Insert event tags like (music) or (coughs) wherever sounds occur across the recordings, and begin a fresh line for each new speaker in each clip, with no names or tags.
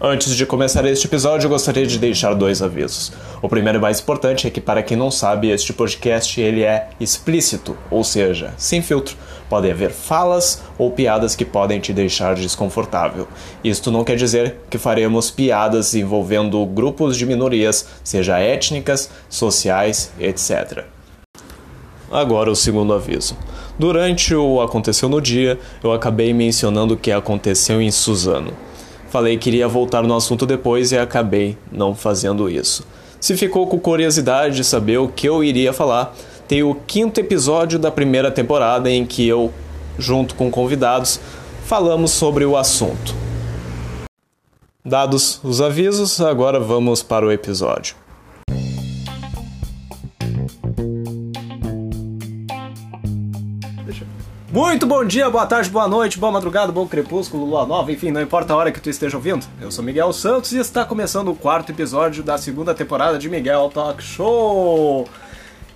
Antes de começar este episódio, eu gostaria de deixar dois avisos. O primeiro e mais importante é que, para quem não sabe, este podcast ele é explícito, ou seja, sem filtro. Podem haver falas ou piadas que podem te deixar desconfortável. Isto não quer dizer que faremos piadas envolvendo grupos de minorias, seja étnicas, sociais, etc. Agora o segundo aviso. Durante o Aconteceu no Dia, eu acabei mencionando o que aconteceu em Suzano. Falei que iria voltar no assunto depois e acabei não fazendo isso. Se ficou com curiosidade de saber o que eu iria falar, tem o quinto episódio da primeira temporada em que eu, junto com convidados, falamos sobre o assunto. Dados os avisos, agora vamos para o episódio.
Muito bom dia, boa tarde, boa noite, boa madrugada, bom crepúsculo, lua nova, enfim, não importa a hora que tu esteja ouvindo. Eu sou Miguel Santos e está começando o quarto episódio da segunda temporada de Miguel Talk Show.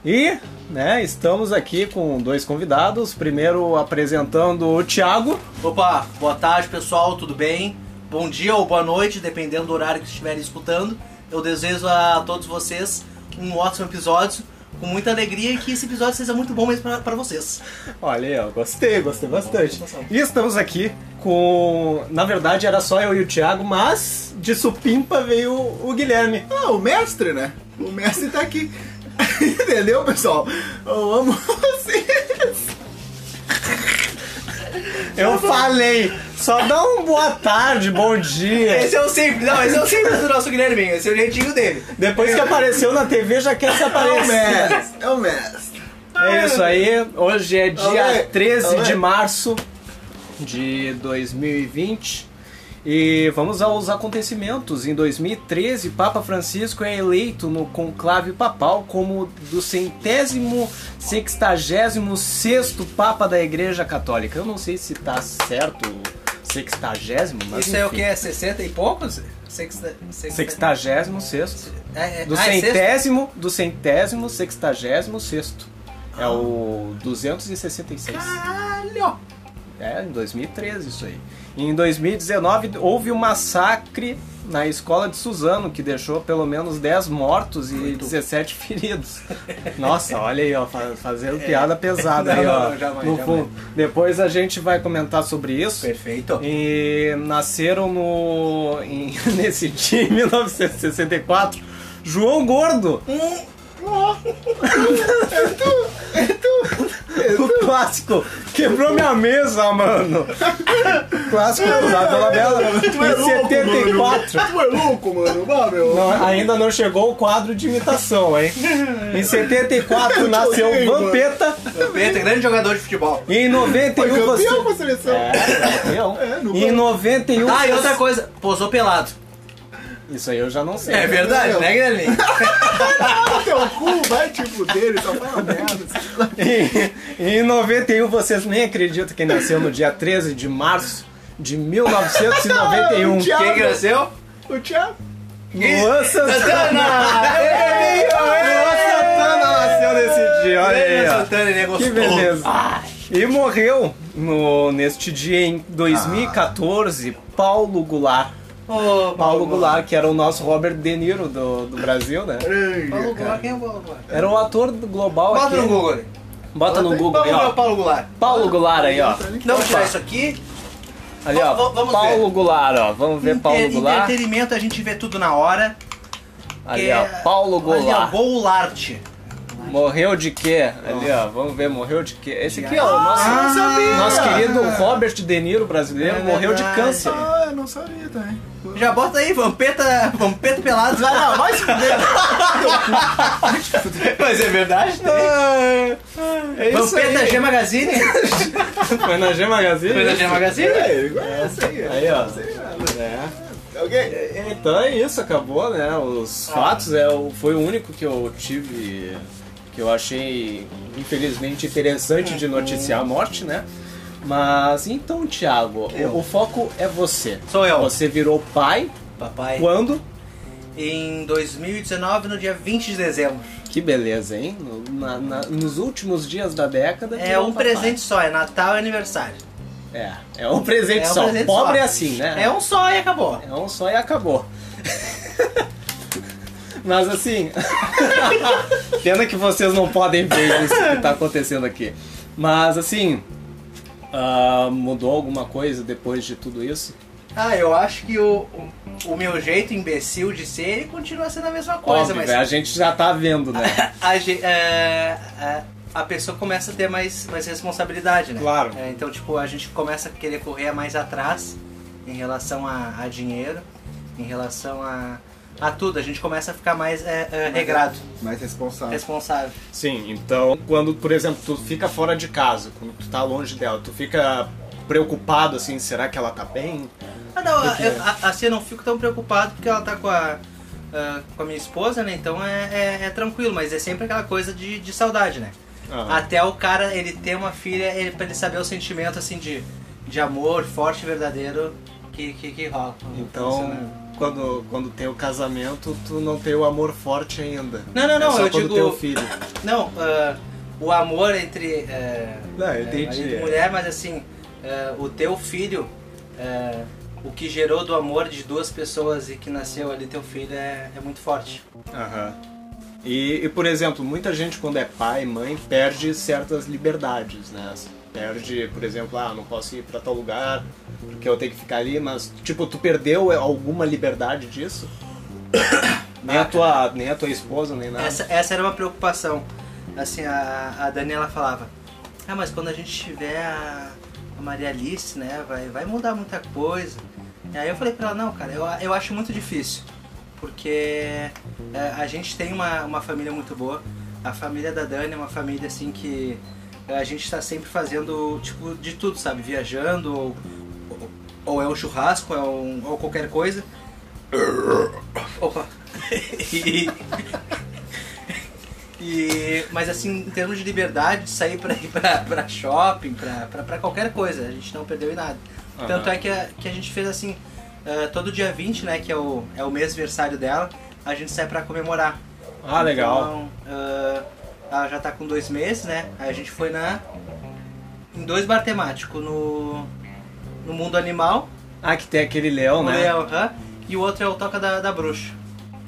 E, né, estamos aqui com dois convidados, primeiro apresentando o Thiago.
Opa, boa tarde pessoal, tudo bem? Bom dia ou boa noite, dependendo do horário que estiverem escutando. Eu desejo a todos vocês um ótimo episódio, com muita alegria e que esse episódio seja muito bom mesmo pra- pra vocês.
Olha, aí, ó, gostei, gostei bastante. E estamos aqui com, na verdade era só eu e o Thiago, mas de supimpa veio o Guilherme.
Ah, o mestre, né? O mestre tá aqui. (laughs) Entendeu, pessoal? Eu amo vocês.
Eu falei, só dá um boa tarde, bom dia.
Esse é o simples, não, esse é o simples do nosso Guilherme, esse é o jeitinho dele.
Depois
É.
que apareceu na TV, já quer se
É o
aparecer.
mestre. É o mestre.
É isso aí, hoje é dia
Olé,
13
olé.
de março de 2020. E vamos aos acontecimentos. Em 2013, Papa Francisco é eleito no conclave papal como do centésimo sextagésimo sexto Papa da Igreja Católica. Eu não sei se tá certo o sextagésimo, mas
Isso é o
enfim.
que? É 60 e poucos? Sexta, sexta,
Sextagésimo sexto.
É, é,
Do
ah, é sexta?
centésimo, do centésimo, sextagésimo, sexto. É o 266.
Caralho!
É, em 2013 isso aí. E em 2019 houve um massacre na escola de Suzano, que deixou pelo menos 10 mortos e 17 feridos. Nossa, olha aí, ó, fa- fazendo piada pesada
É. Não,
aí, ó.
não, não, jamais,
no
jamais.
fundo. Depois a gente vai comentar sobre isso.
Perfeito.
E nasceram no em- (laughs) nesse dia em 1964 João Gordo. o clássico quebrou minha mesa, mano. O clássico usado pela Bela
é
em 74.
Mano. Tu é louco, mano. Vá, meu.
Não, ainda não chegou o quadro de imitação, hein? Em 74 nasceu
odeio, mano.
Vampeta
Vampeta, grande jogador de futebol.
e em 91
Foi
você
campeão com a seleção.
é,
É, no
campeão. E em
banco.
91
Ah, e outra coisa, posou pelado.
Isso aí eu já não sei.
É verdade,
(laughs)
né, Guilherme?
Ah, teu cu, vai te fuder. Ele só fala merda.
E, em 91, vocês nem acreditam que nasceu no dia 13 de março de (laughs) 1991.
Thiago.
Quem cresceu?
O Thiago.
Luan Santana!
Santana!
Luan Santana nasceu nesse dia, olha aí.
Olha,
ó.
Santana, ele é
Que
gostoso.
beleza. E morreu no, neste dia em 2014 Paulo Goulart.
Ô,
Paulo Goulart, que era o nosso Robert De Niro do, do Brasil, né?
Paulo Goulart, quem é o Paulo Goulart?
Era o ator global
Bota
aqui.
no Google aí.
Bota no Google aí,
Paulo
ó.
Goulart, Paulo Goulart.
Paulo Goulart aí, ó.
Não tirar isso aqui.
Ali, ó.
Vamos- vamos
Paulo Goulart, ó. Vamos ver Paulo
Entre-
Goulart.
Entretenimento a gente vê tudo na hora.
Ali,
que
ó.
é-
Paulo
Olha,
Goulart.
Goulart.
Morreu de quê? Ali, ó. Vamos ver, morreu de quê? Esse aqui, ó. o
Ah, não
Nosso,
sabia.
nosso querido Robert De Niro brasileiro
É
morreu de
verdade.
câncer.
Ah, eu não sabia também.
Já bota aí, Vampeta, Vampeta pelado. Não, não, Ah, vai se fuder. (laughs) Mas é verdade, né?
É isso
Vampeta
aí.
G Magazine.
(laughs) Foi na G Magazine?
Vampeta G Magazine.
É, igual essa aí. é.
Aí, ó.
Ok?
Então é isso, acabou, né?
Ah.
Os fatos é, o- foi o único que eu tive que eu achei infelizmente interessante de noticiar a morte, né? Mas então, Thiago,
Eu.
o, o foco é você.
Sou eu.
Você virou pai
Papai.
quando?
Em 2019, no dia 20 de dezembro.
Que beleza, hein? No- na- na- nos últimos dias da década.
É
virou
um
papai.
presente só, é Natal e aniversário.
É, é um presente
É um
só.
presente
Pobre
só.
é assim, né?
É um só e acabou.
É um só e acabou. (laughs) Mas assim, (laughs) pena que vocês não podem ver isso que tá acontecendo aqui. Mas assim, ah, mudou alguma coisa depois de tudo isso?
Ah, eu acho que o, o, o meu jeito imbecil de ser, ele continua sendo a mesma coisa,
Óbvio,
mas
a gente já tá vendo, né?
(laughs) a, ge- é, é, a pessoa começa a ter mais, mais responsabilidade, né?
Claro.
É, então, tipo, a gente começa a querer correr mais atrás em relação a, a dinheiro, em relação a, a tudo. A gente começa a ficar mais é, é, regrado,
Mais responsável.
responsável.
Sim, então quando, por exemplo, tu fica fora de casa, quando tu tá longe dela, tu fica preocupado assim, será que ela tá bem?
Ah, não, eu, a- assim, eu não fico tão preocupado porque ela tá com a, ah, com a minha esposa, né? Então é, é- é tranquilo, mas é sempre aquela coisa de, de saudade, né?
Ah,
Até o cara, ele ter uma filha, ele, pra ele saber o sentimento, assim, de, de amor forte e verdadeiro que, que, que rola. Assim, é, né?
então, quando, quando tem o casamento, tu não tem o amor forte ainda.
Não, não, não,
é só
eu
quando
digo-
tem o filho.
Não, ah, o amor entre... ah,
Não,
(laughs)
eu
é,
entendi.
marido e mulher, mas assim, é, o teu filho, é, o que gerou do amor de duas pessoas e que nasceu ali teu filho é, é muito forte.
Aham. E, e, por exemplo, muita gente quando é pai, mãe, perde certas liberdades, né? Perde, por exemplo, ah, não posso ir pra tal lugar, porque eu tenho que ficar ali, mas, tipo, tu perdeu alguma liberdade disso? (coughs) nem, a tua, nem a tua esposa, nem nada.
Essa, essa era uma preocupação. Assim, a, a Daniela falava, ah, mas quando a gente tiver a, a Maria Alice, né, vai, vai mudar muita coisa. E aí eu falei pra ela, não, cara, eu, a- eu acho muito difícil. Porque é, a gente tem uma, uma família muito boa. A família da Dani é uma família assim que a gente tá sempre fazendo, tipo, de tudo, sabe? Viajando, ou, ou- ou é um churrasco, é um, ou qualquer coisa. Opa! (laughs) E- e, mas assim, em termos de liberdade, de sair pra ir pra, pra shopping, pra, pra, pra qualquer coisa, a gente não perdeu em nada.
Aham.
Tanto é que a, que a gente fez assim, eh, todo dia 20, né, que é o, é o mês aniversário dela, a gente sai pra comemorar.
Ah, legal.
Então, ah, ela já tá com dois meses, né, aí a gente foi na, em dois bar temático, no, no Mundo Animal,
Ah, que tem aquele leão,
o
né?
Leão, aham, e o outro é o Toca da, da Bruxa.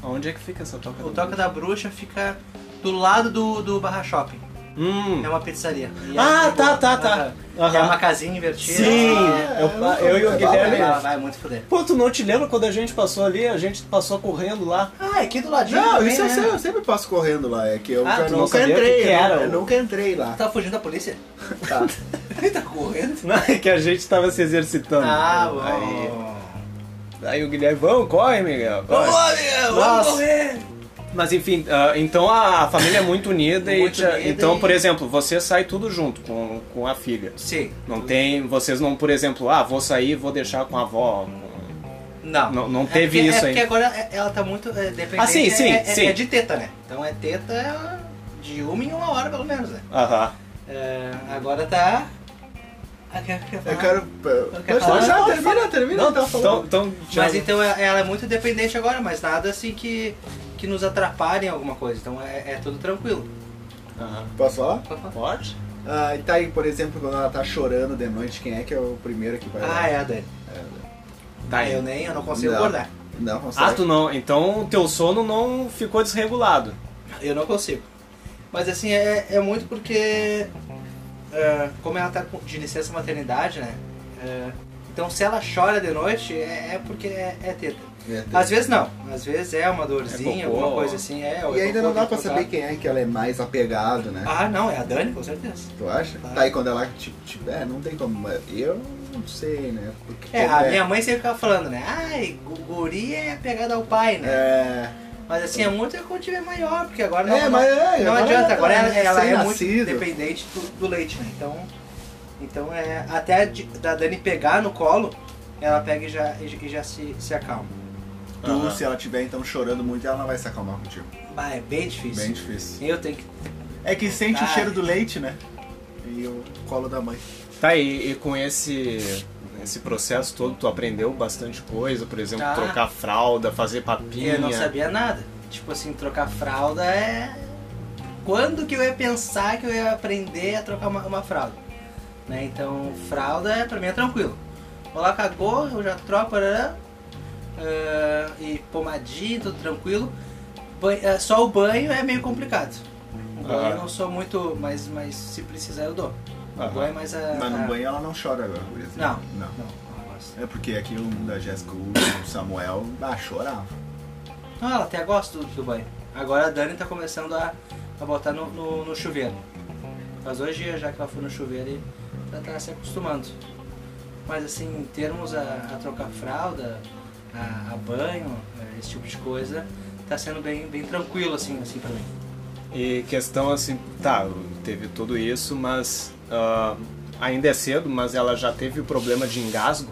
Onde é que fica essa toca?
O
do
Toca
Leão?
da Bruxa fica do lado do, do Barra Shopping.
Hum.
É uma pizzaria. E
Ah,
é-
tá, tá, tá.
Aham. É
Aham.
uma casinha invertida.
Sim! é
assim,
Eu, eu e o Guilherme...
né? Ah, vai muito fuder.
Pô, tu não te lembra quando a gente passou ali? A gente passou correndo lá. (laughs)
Ah, é aqui do ladinho
Não,
também,
isso eu,
né?
sempre- eu sempre passo correndo lá. É que eu
Ah,
já
tu não
nunca
sabia
entrei.
o que que
eu
era,
nu-
o-
eu nunca entrei lá.
Tá fugindo da polícia?
Tá.
(laughs) Ele tá correndo.
Não, é que a gente tava se exercitando.
Ah, bom.
Aí- Aí o Guilherme, vamos, corre, Miguel. corre."
Vamos lá, Miguel, vamos
Nossa.
correr.
Mas enfim, ah, então a família é muito unida e.
Muito
tia-
unida
então,
e-
por exemplo, você sai tudo junto com, com a filha.
Sim.
Não tem. Vocês não, por exemplo, ah, vou sair vou deixar com a avó.
Não.
Não- não
É
teve
porque-
isso
É porque
ainda.
agora é- ela tá muito é, dependente.
Ah, sim, sim,
é, é-
sim.
é de teta, né? Então é teta de uma em uma hora, pelo menos, né?
Aham.
É, agora tá... Ah, quer- quer
Eu
falar?
quero.
quero
Pode
falar.
deixar, termina, termina.
Não,
então,
então.
falando.
então já-
tá Mas então é- ela é muito dependente agora, mas nada assim que, que nos atrapalhe em alguma coisa. Então é, é tudo tranquilo. então-
Aham.
Posso falar?
Pode?
Ah, e tá aí, por exemplo, quando ela tá chorando de noite, quem é que é o primeiro que vai lá?
Ah, é a Dani.
Tá
Ah, eu
aí.
nem eu não consigo
Não.
acordar.
Não, consegue.
Ah, tu não. Então o teu sono não ficou desregulado.
Eu não consigo. Mas assim, é, é muito porque. é, como ela tá com- de licença maternidade, né? É, então se ela chora de noite, é, é porque é, é teta.
Meu Deus.
Às vezes não, às vezes é uma dorzinha,
É cocô.
alguma coisa assim. É, ou
E
é
ainda
cocô,
não dá
tem
pra
que
saber
trocar.
quem é que ela é mais apegado, né?
Ah, não, é a Dani, com certeza.
Tu acha?
Claro.
Tá aí quando ela te, te- é, não tem como. Eu não sei, né? Porque
É,
como
a minha mãe sempre ficava falando, né? Ai, o guri é pegada ao pai, né?
É,
Mas assim, é muito quando tiver maior, porque agora não,
É,
não,
mas é,
não
agora
adianta,
tá
agora ela, ela é muito
recém-nascido.
dependente do, do leite, né? Então, então é, até a de- da Dani pegar no colo, ela pega e já, e, e já se, se acalma.
tu,
Aham.
se ela tiver então chorando muito, ela não vai se acalmar contigo.
Bah, é bem difícil.
Bem difícil.
Eu tenho que.
É que sente
Ah.
o cheiro do leite, né? E o colo da mãe.
Tá, e, e com esse, esse processo todo, tu aprendeu bastante coisa, por exemplo,
Ah.
trocar fralda, fazer papinha.
Eu não sabia nada. Tipo assim, trocar fralda é. Quando que eu ia pensar que eu ia aprender a trocar uma, uma fralda? Né? Então, fralda é, pra mim é tranquilo. Vou lá, cagou, eu já troco, arará, ah, e pomadinha, tudo tranquilo. Banho- é, só o banho é meio complicado. O banho
Ah.
Aham.
eu não sou muito, mas, mas se precisar eu dou. O
Aham.
banho é mais a.
Mas
a-
no banho ela não chora agora, guriazinha.
Não.
Não.
Não, não gosto.
É porque aqui o da Jéssica, o Samuel, ah, chorava.
Não, Ah, ela até gosta do, do banho. Agora a Dani tá começando a, a botar no, no, no chuveiro. Faz dois dias já que ela foi no chuveiro e ela tá se acostumando. Mas assim, em termos a, a trocar fralda, a, a banho, eh, esse tipo de coisa, tá sendo bem, bem tranquilo assim, assim pra mim.
E questão assim, tá, teve tudo isso, mas ah, ainda é cedo, mas ela já teve problema de engasgo?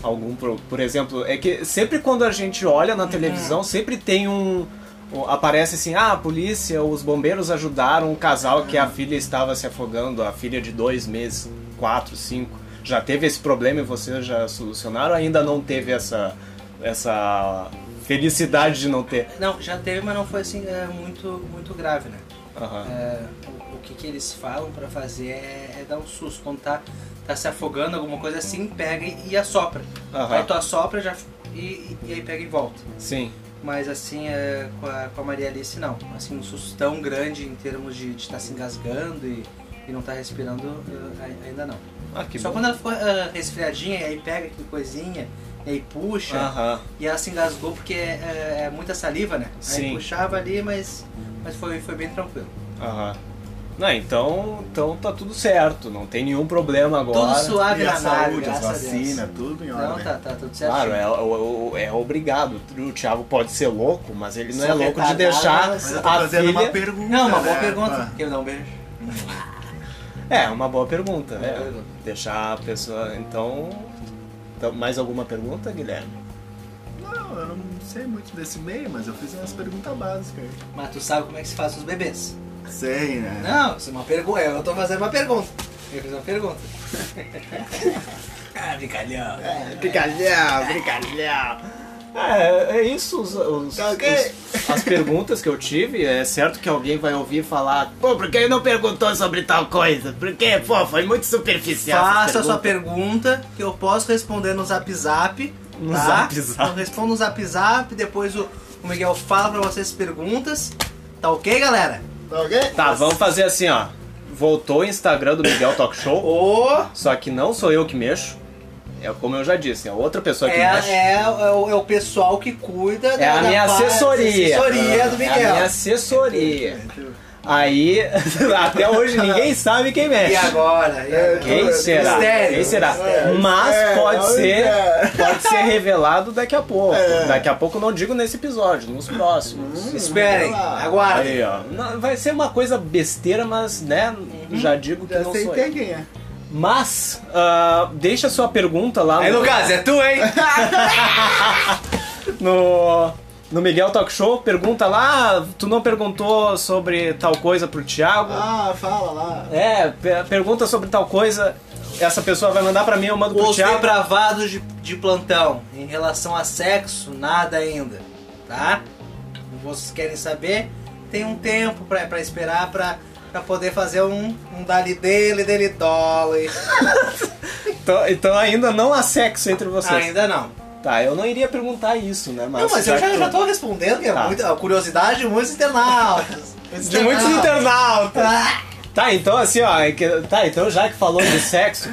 Algum, pro- por exemplo, é que sempre quando a gente olha na
Uhum.
televisão, sempre tem um o- aparece assim, ah, a polícia, os bombeiros ajudaram um casal que a
Uhum.
filha estava se afogando, a filha de dois meses, quatro, cinco. Já teve esse problema e vocês já solucionaram? Ainda não teve essa essa felicidade de não ter?
Não, já teve, mas não foi assim eh, muito, muito grave, né?
Aham.
É, o- o que, que eles falam pra fazer é, é dar um susto. Quando tá, tá se afogando, alguma coisa assim, pega e, e assopra.
Aham.
Aí tu assopra já, f- e, e- e aí pega e volta.
Sim.
Mas assim, é, com, a, com a Maria Alice, não. Assim, um susto tão grande em termos de estar se engasgando e, e não estar respirando, eh, ai- ainda não.
Ah, que
Só
bom.
quando ela ficou eh, resfriadinha, e aí pega aqui coisinha, e aí puxa,
Aham.
e ela se engasgou porque é, é muita saliva, né? Aí
Sim.
puxava ali, mas, mas foi, foi bem tranquilo.
Aham. Não, então, então tá tudo certo, não tem nenhum problema agora.
Tudo suave
e a
na nave,
saúde, as
graças a
vacinas, tudo em
Deus.
ordem.
Não, tá, tá tudo certo.
Claro, é, é- é obrigado. O Thiago pode ser louco, mas ele não
Sou
é louco de
retardado,
deixar
mas
Mas eu tô
a
fazendo
filha...
uma pergunta.
Não, uma boa
né,
pergunta.
pra-
Quer me dar um beijo?
É, uma boa pergunta.
Uma
é.
boa pergunta.
Deixar a pessoa... Então... então, mais alguma pergunta, Guilherme?
Não, eu não sei muito desse meio, mas eu fiz umas perguntas básicas.
Mas tu sabe como é que se faz os bebês?
Sei, né?
Não, isso é uma pergunta. Eu tô fazendo uma pergunta. Eu fiz uma pergunta. ah, brincalhão.
Brincalhão, brincalhão.
É, é isso, os- os-
Tá ok.
os- as perguntas que eu tive. É certo que alguém vai ouvir falar, pô, por que não perguntou sobre tal coisa? Porque, pô, foi muito superficial. essa
Faça a sua
pergunta."
pergunta que eu posso responder no zap zap.
No
tá?
Zap Zap.
Eu respondo no zap zap, depois o, o Miguel fala pra vocês as perguntas. Tá ok, galera?
Tá ok?
Tá, vamos fazer assim, ó. Voltou o Instagram do Miguel Talk Show,
Ô!
só que não sou eu que mexo. É como eu já disse, é outra pessoa que
É,
mexe.
é, é o, é o pessoal que cuida
É a minha
parte-
assessoria.
assessoria do Miguel.
É a minha assessoria. Aí, (laughs) até hoje ninguém sabe quem mexe.
E agora? E agora?
É.
É,
Quem será?
Mistério.
Quem será?
Mistério.
Mas
É,
pode
olha.
ser, pode ser revelado daqui a pouco.
É. Hum,
Daqui a pouco não digo nesse episódio, nos próximos.
Esperem,
Olha lá.
aguardem.
Aí, ó. Não, vai ser uma coisa besteira, mas, né, já digo que
Uhum. Já
não
sei
sou eu.
até quem é.
Mas, ah, deixa sua pergunta lá
Aí,
no,
Lucas, é tu,
(laughs)
hein?
no, no Miguel Talk Show. Pergunta lá, "Ah, tu não perguntou sobre tal coisa pro Thiago.
Ah, fala lá.
É, pe- pergunta sobre tal coisa. Essa pessoa vai mandar pra mim, eu mando pro
Os
Thiago.
depravados de, de plantão em relação a sexo, nada ainda, tá? Vocês querem saber? Tem um tempo pra, pra esperar pra, pra poder fazer um, um dali dele, dele dole.
Então, então ainda não há sexo entre vocês.
Ainda não.
Tá, eu não iria perguntar isso, né? Mas,
não, mas eu já,
que tu-
já tô respondendo, que é
Tá.
muita a curiosidade de muitos internautas. Ah,
De muitos internautas. Tá, então assim, ó, é que- tá, então já que falou de sexo,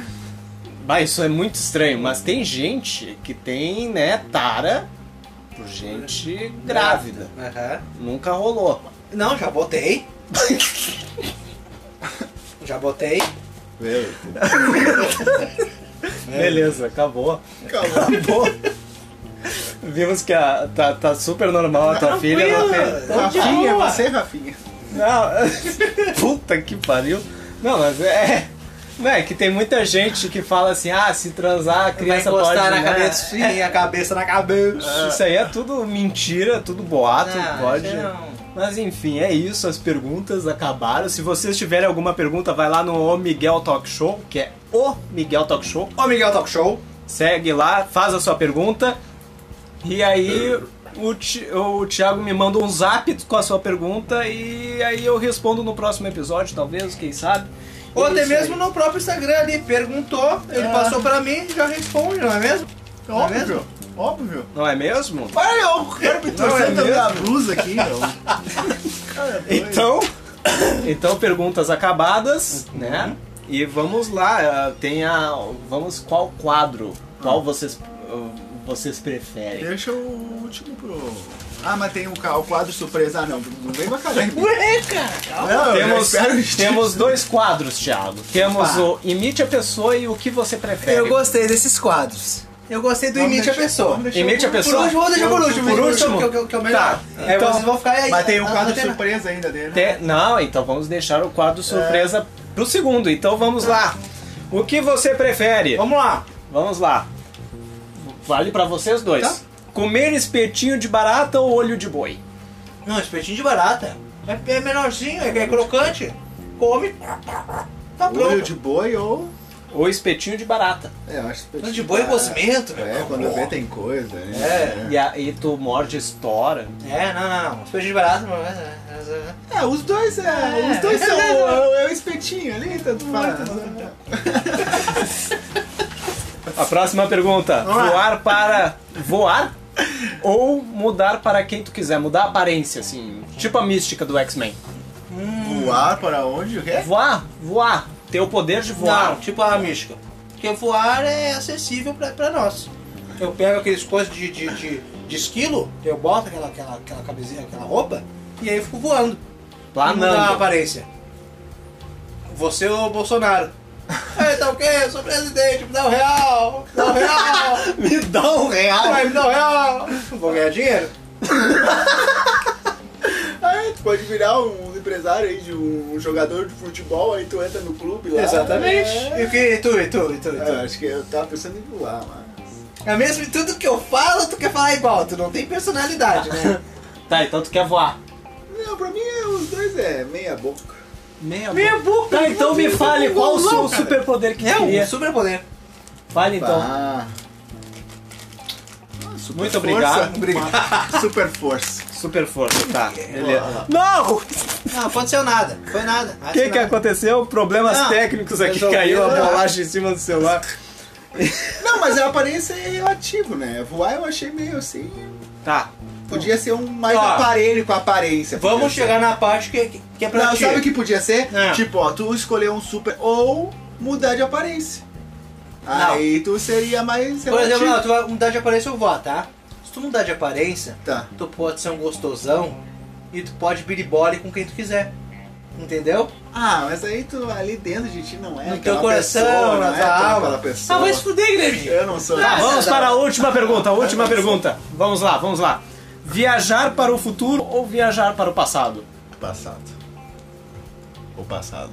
bah, isso é muito estranho, mas tem gente que tem, né, tara por gente grávida.
Aham.
Nunca rolou.
Não, já botei. já botei.
Meu
É. Beleza, acabou.
Calma.
Pô. Vimos que a, tá, tá super normal a tua filha. Não, fez-
Tá de
Rafinha,
boa.
você, Rafinha.
não. (laughs) puta que pariu. Não, mas é. Não, é que tem muita gente que fala assim, ah, se transar a
Vai
criança pode...
encostar na
né?
cabeça, sim, a cabeça na cabeça.
Isso aí é tudo mentira, tudo boato,
Não,
pode.
isso não.
Mas enfim, é isso, as perguntas acabaram. Se vocês tiverem alguma pergunta, vai lá no O Miguel Talk Show, que é o Miguel Talk Show.
Ô Miguel Talk Show.
Segue lá, faz a sua pergunta. E aí o, Ti- o Thiago me manda um zap com a sua pergunta e aí eu respondo no próximo episódio, talvez, quem sabe. É
Ou até
Isso
mesmo
aí.
no próprio Instagram ali, perguntou, ele
Ah.
passou pra mim, já responde, não é mesmo? Não é mesmo?
Óbvio, óbvio.
Não é mesmo?
Para, eu quero me torcer
Não, é
também a blusa aqui, meu. Cara, doido.
Então, (coughs) então perguntas acabadas, né? E vamos lá, ah, tem a vamos qual quadro? Qual vocês ah, vocês preferem?
Deixa o último pro... Ah, mas tem o, ca- o quadro surpresa. Ah, não, não vem pra cagar em mim.
Ué, cara!
Não, eu
Temos,
espero que-
temos dois quadros, Thiago. Temos
Opa.
o imite a pessoa e o que você prefere.
Eu gostei desses quadros. Eu gostei do
Vamos
Imite a
deixar-
Pessoa.
vamos deixar
Imite a
o-
pessoa.
Por último, vou deixar por último.
Por último?
Que, é o- que é o- que é o melhor.
Tá,
Aí
então-
vocês vão ficar aí. Tá,
Mas tem o
na-
quadro
na-
surpresa ainda dele. né?
Te- Não, então vamos deixar o quadro surpresa pro segundo. Então vamos lá. O que você prefere?
Vamos lá.
Vamos lá. Vale pra vocês dois. Comer espetinho de barata ou olho de boi?
Não, espetinho de barata. É, é menorzinho, é, é crocante. Come. Tá
Olho
pronto.
de boi ou...
Ou espetinho de barata.
É, eu acho que...
Olho de boi é gozimento, meu.
É, quando vê tem coisa, né?
É, E aí tu morde, estoura.
É, não, não, não. Espetinho de barata, mas... mas- mas-
É, os dois, é, os dois
(laughs)
são é, o espetinho ali, tanto faz.
A próxima pergunta. Voar para. Voar? Ou mudar para quem tu quiser, mudar a aparência, assim. Tipo a mística do X-Men. Hum.
Voar para onde? O quê?
Voar, voar. Ter o poder de voar.
Não, tipo a mística. Porque voar é acessível pra, pra nós. Eu pego aqueles coisas de, de, de, de esquilo, eu boto aquela, aquela, aquela camisinha, aquela roupa, e aí eu fico voando. Muda a
Planando.
aparência. Você ou o Bolsonaro? Ei, tá o quê? Eu sou presidente, me dá um real! Me dá um real!
(laughs) Me dá um real.
Vai, me dá um real! Vou ganhar dinheiro?
Ah, tu pode virar um empresário aí de um jogador de futebol, aí tu entra no clube lá.
É. E o que? E tu, e tu, e tu, e
É, eu
tu?
acho que eu tava pensando em voar, mas...
É mesmo em tudo que eu falo, tu quer falar igual, tu não tem personalidade, né?
Tá, então tu quer voar.
Não, pra mim é, os dois é meia boca.
(laughs)
Meia
Meia boca.
Tá, então me fale qual o seu
Não, cara.
superpoder que
É
queria.
um superpoder.
Fale então.
Ah. Ah, super
Muito
força. (laughs)
obrigado.
Uma Super força.
Super força, tá.
Boa.
Beleza. Não! O
Não, aconteceu nada. Foi nada. Acho
que que
nada.
aconteceu? Problemas
Não,
técnicos aqui.
resolvi- Ah.
Caiu a bolacha em cima do celular.
Não, mas a aparência é relativo, né? Voar eu achei meio assim.
Tá.
Podia ser um mais
Ó.
aparelho com a aparência.
Vamos
podia ser.
chegar na parte que, que- que é pra
Não,
ti.
sabe o que podia ser?
Ah.
Tipo, ó, tu escolher um super ou mudar de aparência.
Não.
Aí tu seria mais
Por exemplo, ó,
relativo.
tu vai mudar de aparência, eu vou, tá? Se tu mudar de aparência,
Tá.
tu pode ser um gostosão e tu pode biribole com quem tu quiser. Entendeu?
Ah, mas aí tu ali dentro de ti não é
No
aquela
teu coração,
pessoa,
na
não é
tua
aquela
alma.
pessoa.
Ah, vai se fuder, Grêmio.
Eu não sou.
Tá, vamos
Nada.
para a última pergunta, a última pergunta. Vamos lá, vamos lá. Viajar para o futuro ou viajar para o passado?
Passado. O passado.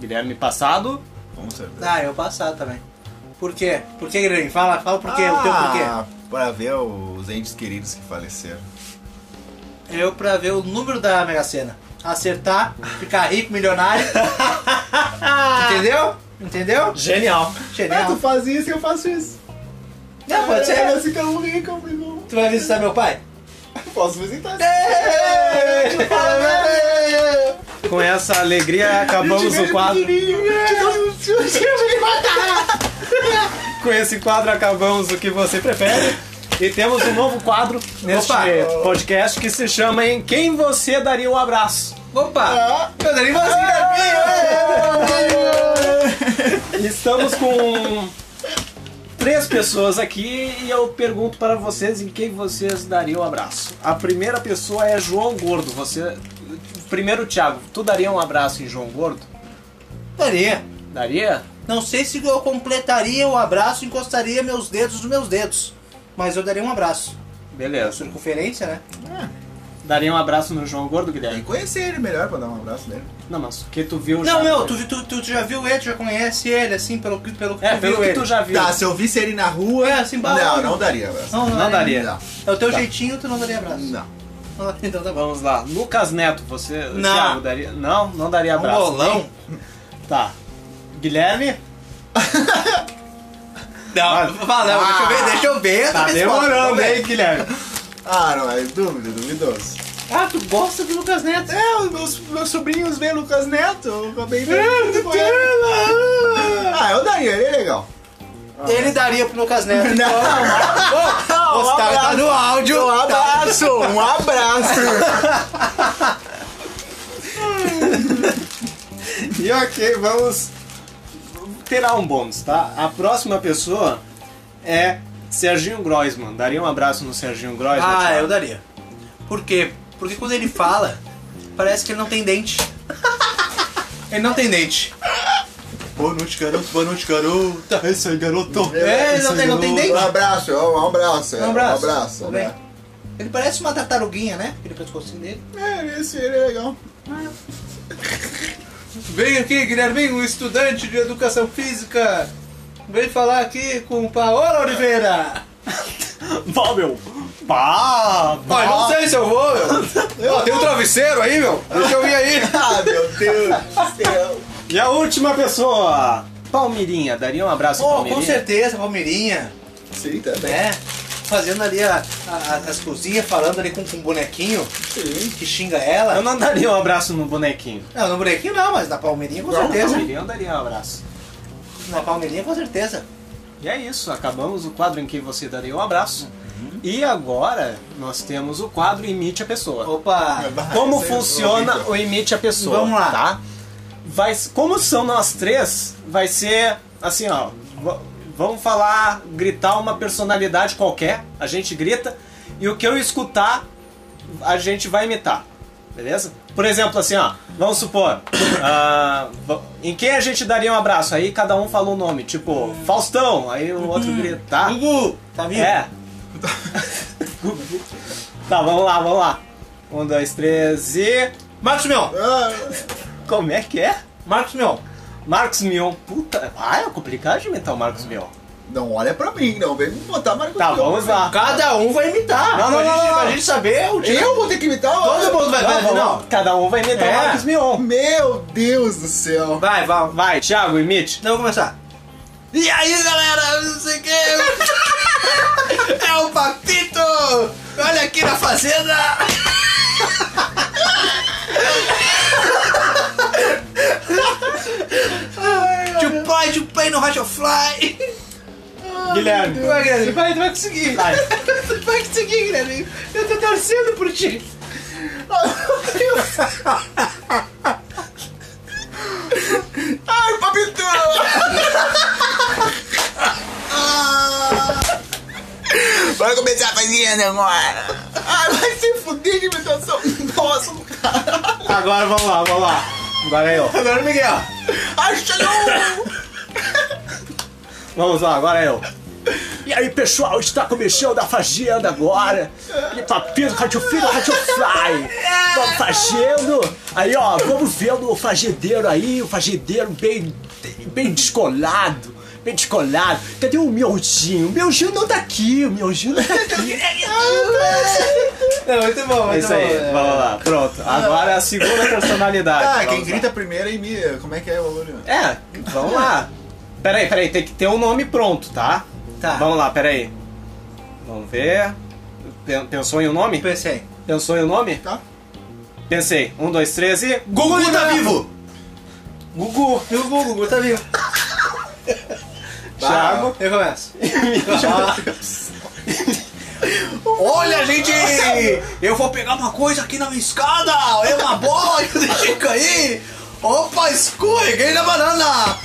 Guilherme, passado.
Vamos ser.
Ah, eu passar também. Por quê? Por que, Grêmio? Fala, fala por quê, o
um
teu porquê.
Ah, Pra ver os entes queridos que faleceram.
Eu pra ver o número da Mega Sena. Acertar, ficar rico, milionário. (laughs) Entendeu? Entendeu?
Genial.
Ah,
Genial.
tu faz isso e eu faço isso.
Não, pode
É
ser.
assim que eu não morri, que eu fui, não.
Tu vai visitar meu pai?
Posso visitar.
Com essa alegria acabamos o quadro.
um
Com esse quadro acabamos o que você prefere. E temos um novo quadro neste
Opa.
podcast que se chama Em Quem Você Daria o Abraço.
Opa! Eu daria uma né?
Estamos com três pessoas aqui e eu pergunto para vocês em quem vocês dariam um abraço. A primeira pessoa é João Gordo. Você. Primeiro, Thiago, tu daria um abraço em João Gordo?
Daria.
Daria?
Não sei se eu completaria o abraço, encostaria meus dedos nos meus dedos. Mas eu daria um abraço.
Beleza.
Circunferência, né?
Daria um abraço no João Gordo,
Tem que
Guilherme?
É, conhecer ele melhor pra dar um abraço nele.
Não, mas que tu viu já.
Não, meu, tu, tu, tu, tu já viu ele, tu já conhece ele, assim, pelo, que- pelo que
É,
tu
pelo
viu
que
ele.
tu já viu.
Tá, se eu visse ele na rua.
É, assim, bah,
Não,
olha.
não daria abraço.
Não,
Não daria.
Não.
É o teu jeitinho, tu não daria abraço. (laughs)
Não.
Não, Então tá bom.
Vamos lá. Lucas Neto, você.
Não.
Thiago, daria. Não, não daria
Um
abraço.
bolão?
Tá. Guilherme?
Não, Ah, fala, não, deixa eu ver, deixa eu ver. essa
Ah, Tá
resposta,
demorando,
vamos ver.
hein, Guilherme?
Ah, não, é dúvida, duvidoso.
Ah, tu gosta do Lucas Neto?
É, os meus, meus sobrinhos veem Lucas Neto, eu
É,
acabei vendo. ah, eu daria, ele é legal.
Ele daria pro Lucas Neto. então.
Não,
Os caras tá no áudio.
um abraço, um abraço.
E ok, vamos terá um bônus, tá? A próxima pessoa é Serginho Groisman. Daria um abraço no Serginho Groisman?
Ah,
Thiago?
eu daria. Por quê? Porque quando ele fala, parece que ele não tem dente. (laughs) Ele não tem dente. Boa noite, garoto. Boa noite, garota. Esse aí, garoto. É, ele não tem, não tem
Um
dente.
abraço, um abraço. é,
Um abraço.
Um abraço.
Tudo bem. Ele parece uma tartaruguinha, né? Aquele pescocinho dele.
É, esse ele é legal.
Vem aqui, Guilherme, um estudante de educação física. Vem falar aqui com o Paola Oliveira.
Vá, meu! Pá!
Ó, não sei se eu vou, meu. Ó, tem um travesseiro aí, meu. Deixa eu ir aí.
Ah, meu Deus
(laughs)
do céu.
E a última pessoa!
Palmeirinha, daria um abraço
Pô,
Palmeirinha?
com certeza, Palmeirinha.
Sim, tá também.
Né? Fazendo ali a- a- as cozinhas, falando ali com com um bonequinho
Sim.
que xinga ela.
Eu não daria um abraço no bonequinho.
Não, no bonequinho não, mas na Palmeirinha com
Com certeza.
certeza.
Palmeirinha, eu daria um abraço.
Na Palmeirinha com certeza.
E é isso, acabamos o quadro em que você daria um abraço. E agora nós temos o quadro Imite a Pessoa.
Opa!
Como
Isso aí é
funciona
horrível.
o Imite a Pessoa?
Vamos lá.
Tá? Vai, como são nós três, vai ser assim, ó. v- Vamos falar, gritar uma personalidade qualquer, a gente grita, e o que eu escutar, a gente vai imitar. Beleza? Por exemplo, assim, ó, vamos supor, ah, va- em quem a gente daria um abraço? Aí cada um fala um nome, tipo, Faustão, aí o outro grita, tá?
Gugu! Uhum. Tá vivo? (laughs)
É. tá, vamos lá, vamos lá. Um, dois, três e.
Marcos Mion!
Ah,
Como é que é?
Marcos Mion!
Marcos Mion. Puta. Ah, é complicado de imitar o Marcos Mion.
não olha pra mim, não. Vem botar Marcos
Tá,
Mion.
vamos lá.
Então, Cada um vai imitar!
Não, não,
pra
não,
gente,
não,
pra
não.
gente saber o
Eu vou ter que imitar?
Todo mundo vai, vai,
Não,
não,
vamos- Cada um vai imitar
É.
o Marcos Mion.
Meu Deus do céu.
Vai, vai, vai.
Vai, Thiago, imite.
Então vamos começar. E aí, galera, não sei o
(laughs)
que. É o Papito! Olha aqui na fazenda! Tio Pai, tio Pai no Racha Fly!
Guilherme.
Vai, Guilherme, vai, tu vai conseguir.
Vai.
Tu vai conseguir, Guilherme. Eu tô torcendo por ti.
Ai, papito! Vai começar fazendo agora. Ai, vai se fuder de imitação. Nossa,
Agora vamos lá, vamos lá. Agora é eu.
Agora, Miguel!
acha não.
Vamos lá, agora é eu. E aí, pessoal, está com o Michel da Fazenda agora. E papinho, radiofilho, radiofly. Vamos fazendo. Aí, ó, vamos vendo o fazendeiro aí, o fazendeiro bem, bem descolado. Bem descolado. Cadê o Miozinho? O Miozinho não tá aqui, o Miozinho não tá aqui.
Não, muito bom, muito
É isso aí, vamos lá, pronto. Agora é a segunda personalidade.
Ah, quem
Vamos lá.
grita primeiro é Emília. Como é que é o bagulho?
É, vamos lá. Peraí, peraí, tem que ter um nome pronto, tá?
Tá.
Vamos lá, peraí. Vamos ver. Pen- Pensou em um nome?
Pensei.
Pensou em um nome?
Tá.
Pensei. Um, dois, três e.
Gugu tá vivo!
Gugu!
E o Gugu, Gugu tá vivo.
Thiago.
Eu começo. Olha, gente! Eu vou pegar uma coisa aqui na minha escada! É uma bola que eu deixei cair! Opa, escorreguei na banana!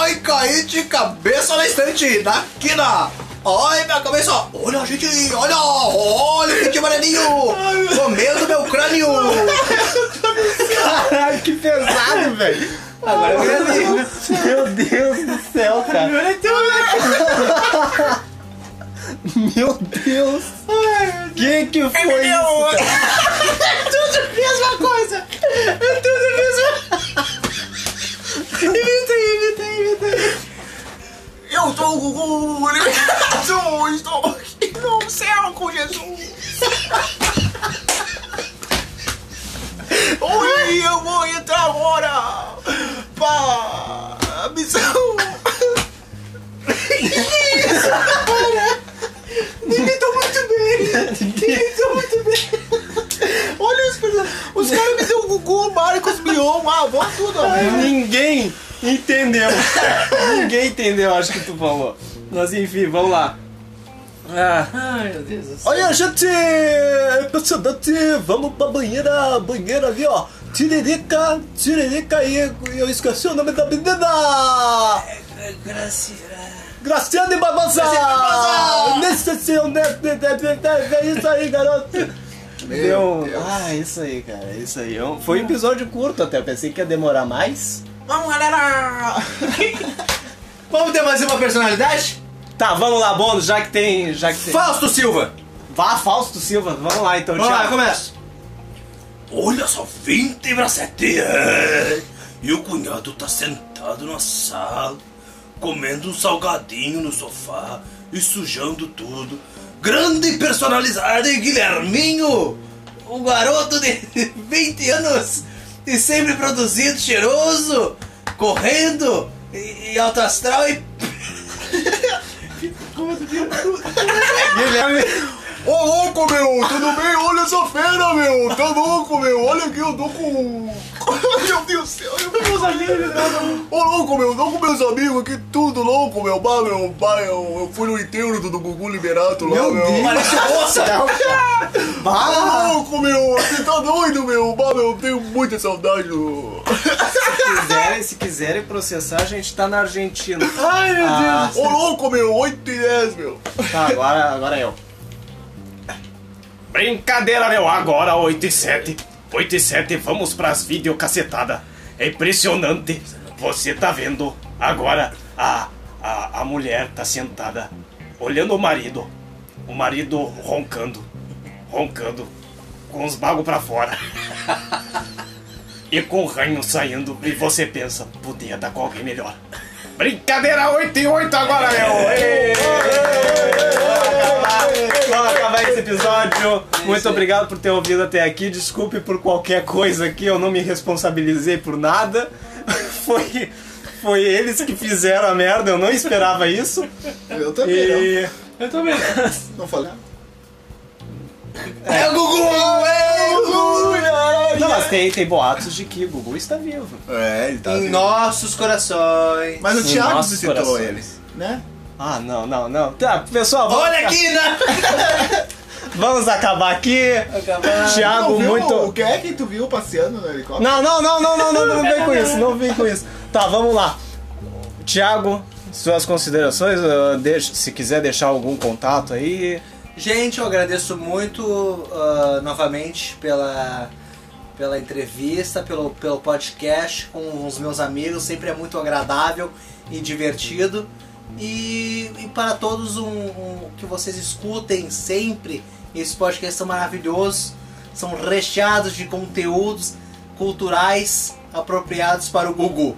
Ai, caí de cabeça na estante, na quina! Ai, minha cabeça! Olha, gente! Olha! Olha, gente, amarelinho! Comendo meu crânio!
Caralho, que pesado, velho!
Agora eu quero
Meu Deus do céu, cara! Meu Deus! Que que foi isso?
mesma coisa. É tudo a mesma... Imita aí, imita aí, imita aí.
Eu sou o Gugu, eu estou aqui no céu com Jesus. Oi, Um eu vou entrar agora pra missão. tá
Imitou muito bem. Imitou muito bem.
Olha os criou um avô tudo, ó.
é.
Ninguém
(laughs)
entendeu. Ninguém entendeu, acho que tu falou. Mas enfim, vamos lá. Ah.
Ai, meu Deus do céu.
Olha, gente! é Impressionante! Vamos pra banheira, banheira ali, ó. Tiririca, tiririca e eu esqueci o nome da menina!
É,
Graciane Barbosa! Necessidade! É isso aí, garoto! Deu.
Deus.
Ah, isso aí, cara, isso aí. É um- Foi um episódio curto até, eu pensei que ia demorar mais.
Vamos, galera!
Vamos ter mais uma personalidade?
Tá, vamos lá, bônus, já que tem. Já que tem.
Fausto Silva!
Vá, Fausto Silva, vamos lá então,
Vamos lá,
Thiago.
começa!
Olha só, 20 pra 7 reais. E o cunhado tá sentado na sala, comendo um salgadinho no sofá e sujando tudo. Grande personalidade, Guilherminho!
Um garoto de
(laughs)
20 anos e sempre produzido, cheiroso, correndo e, e alto astral e.
Ô louco, meu, tudo bem? Olha essa fera, meu! Tá louco, meu! Olha aqui, eu tô com. um (laughs) meu Deus do céu, eu tô com meus amigos, né? Ô louco, meu, tô com meus amigos aqui, tudo louco, meu. Bah, meu, bah, eu, eu fui no enterro do, do Gugu Liberato lá, meu.
Parece
(laughs)
moça!
Ô louco, meu, você tá doido, meu. Bah, meu, eu tenho muita saudade do.
quiserem, se quiserem processar, a gente tá na Argentina.
Ai, meu
Ah,
Deus! Ô louco, meu, 8 e 10, meu.
Tá, agora, agora eu.
Brincadeira, meu! Agora 8 e 7. 8 e 7, vamos pras videocacetadas. É impressionante. Você tá vendo agora a, a, a mulher tá sentada olhando o marido. O marido roncando. Roncando. Com os bagos pra fora. (laughs) e com o ranho saindo. E você pensa, podia dar com alguém melhor. Brincadeira 8 e 8 agora, meu!
Vamos acabar esse episódio. Muito obrigado por ter ouvido até aqui. Desculpe por qualquer coisa aqui, eu não me responsabilizei por nada. (laughs) Foi, foi eles que fizeram a merda, eu não esperava isso.
Eu também,
E.
Eu também.
não. Não falei.
É o Gugu! É o Gugu!
Não, mas tem, tem boatos de que Gugu está vivo.
É, ele tá.
Em nossos corações.
Mas
Um
o
Sim,
Thiago
nossos
citou
corações.
ele, né?
Ah, não, não, não. Tá, pessoal, vamos,
Olha aqui, né?
vamos acabar aqui. Thiago,
Tu viu
muito.
O que é que tu viu passeando no helicóptero?
Não, não, não, não, não, não, não vem com isso, não vem com isso. Tá, vamos lá. Tiago, suas considerações, ah, deixa- se quiser deixar algum contato aí.
Gente, eu agradeço muito ah, novamente pela, pela entrevista, pelo, pelo podcast com os meus amigos. Sempre é muito agradável e divertido. E, e para todos um, um- que vocês escutem sempre, esses podcasts são maravilhosos, são recheados de conteúdos culturais apropriados para o Gugu.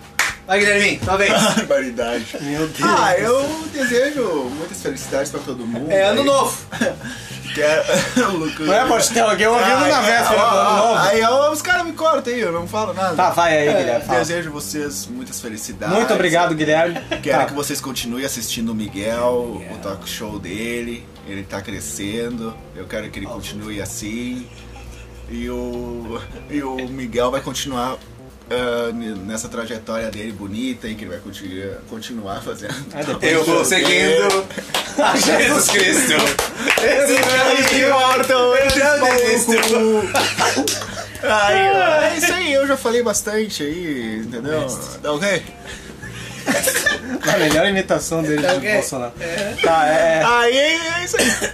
Vai, Guilherme, talvez. (laughs)
Barbaridade.
Meu Deus.
Ah, eu desejo muitas felicidades pra todo mundo.
É ano
aí.
novo.
(laughs) Quero... Lucas. Ah,
Não é, pode ter alguém ouvindo na
é.
véspera do ano
ó, ó,
novo.
Aí ó, os caras me cortam aí, eu não falo nada.
Tá, vai aí,
É,
Guilherme. fala.
desejo vocês muitas felicidades.
Muito obrigado, Guilherme.
Quero
Tá.
que vocês continuem assistindo o Miguel, o talk show dele. Ele tá crescendo. Eu quero que ele continue assim. E o, e o Miguel vai continuar ah, n- nessa trajetória dele bonita e que ele vai continu- continuar fazendo.
Ah, depois-
Eu vou seguindo a Jesus Cristo. Esse é o
Ai, é isso aí, eu já falei bastante aí, entendeu? Tá ok?
A melhor imitação dele de
ok.
Bolsonaro. Tá, é.
Aí é isso aí.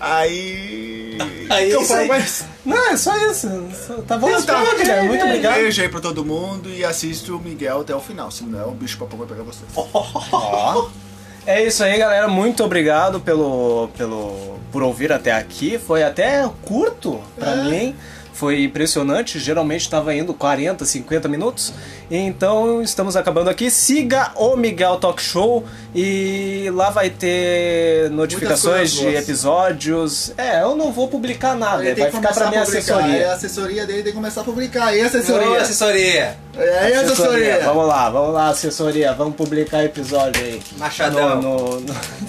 Aí.
Aí,
eu
isso aí.
mais.
Não, é só isso. Só- Tá bom,
Então
tá, Guilherme. Muito obrigado.
Beijo aí pra todo mundo e assiste o Miguel até o final, senão o bicho papão vai pegar vocês.
É isso aí, galera. Muito obrigado pelo, pelo por ouvir até aqui. Foi até curto pra
É.
mim. Foi impressionante. Geralmente estava indo 40, 50 minutos. Então estamos acabando aqui. Siga o Miguel Talk Show e lá vai ter notificações
coisas
de
boas.
episódios. É, eu não vou publicar nada.
Ele tem
Vai
que
ficar
começar
pra
a
minha
publicar, é A
assessoria.
assessoria dele tem que começar a publicar. E a
Ô,
assessoria?
assessoria.
É aí a assessoria.
Vamos lá, vamos lá, assessoria. Vamos publicar episódio aí.
Machadão.
No- no- no- (laughs)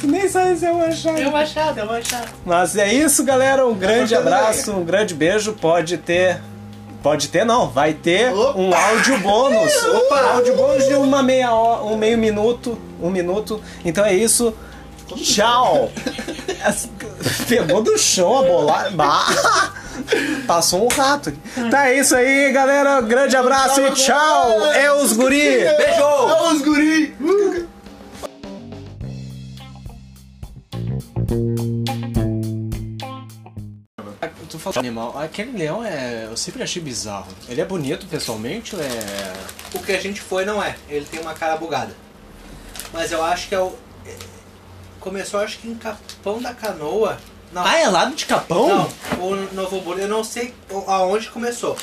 Nem sabe se é um achado.
Eu machado, eu machado.
Mas é isso, galera. Um grande
cortando
abraço, um grande beijo. Pode ter Pode ter não, vai ter
Opa!
um áudio bônus.
(laughs) Opa!
Áudio bônus de uma meia hora, um meio minuto, um minuto. Então é isso. Tchau! (laughs) As- Pegou do chão a bolada. Bah! Passou um rato. Tá é isso aí, galera. Grande abraço e tchau! É os guri!
Beijo!
Vamos, guri!
Tu falou animal. Aquele leão é. Eu sempre achei bizarro. Ele é bonito pessoalmente ou é.
O que a gente foi não é. Ele tem uma cara bugada. Mas eu acho que é o. é- Começou, acho que em Capão da Canoa. Não,
Ah, é lado de capão?
não. Ou Novo Hamburgo. Eu não sei o- aonde começou.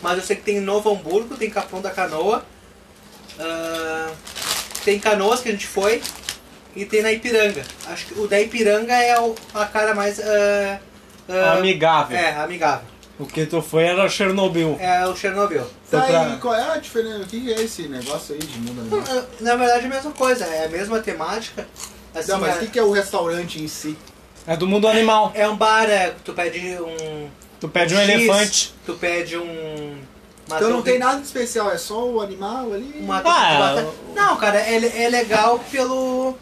Mas eu sei que tem Novo Hamburgo, tem Capão da Canoa. ah, tem Canoas que a gente foi. E tem na Ipiranga. Acho que o da Ipiranga é o- a cara mais. ah, ah,
Amigável.
É, amigável.
O que tu foi era Chernobyl.
É o Chernobyl.
Foi
Tá,
pra-
e qual é a diferença? O que é esse negócio aí de mundo
Não,
animal?
na- Na verdade é a mesma coisa, é a mesma temática. Assim,
Não, mas
é,
o que que é o restaurante em si? Então
É do mundo animal.
é um bar, é, tu pede um.
Tu pede um
X,
elefante.
Tu pede um. uma
Então não
torre-
tem nada de especial, é só o animal ali.
Uma torre de
Ah,
batata. Não, cara, é, é legal pelo.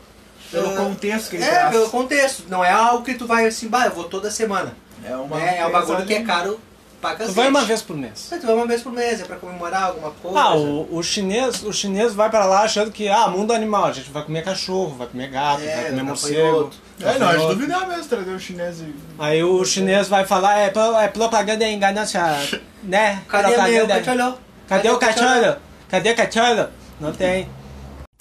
Pelo
ah,
contexto que ele
É,
traz.
pelo contexto. Não é algo que tu vai assim, bah, eu vou toda semana.
É, uma
é, é um
coisa
bagulho que é
ali.
caro pra cacete.
Tu vai uma vez por mês.
Mas Tu vai uma vez por mês, é pra comemorar alguma coisa.
Ah, o, o chinês, o chinês vai pra lá achando que, ah, mundo animal, a gente vai comer cachorro, vai comer gato,
É,
vai comer
gafanhoto.
morcego.
É, não, é de
gafanhoto.
duvidar mesmo trazer o chinês e.
Aí o chinês vai falar, é, pro- é propaganda enganosa, né?
Cadê meu
propaganda.
cachorro?
Cadê o cachorro? Cadê o cachorro? Não tem.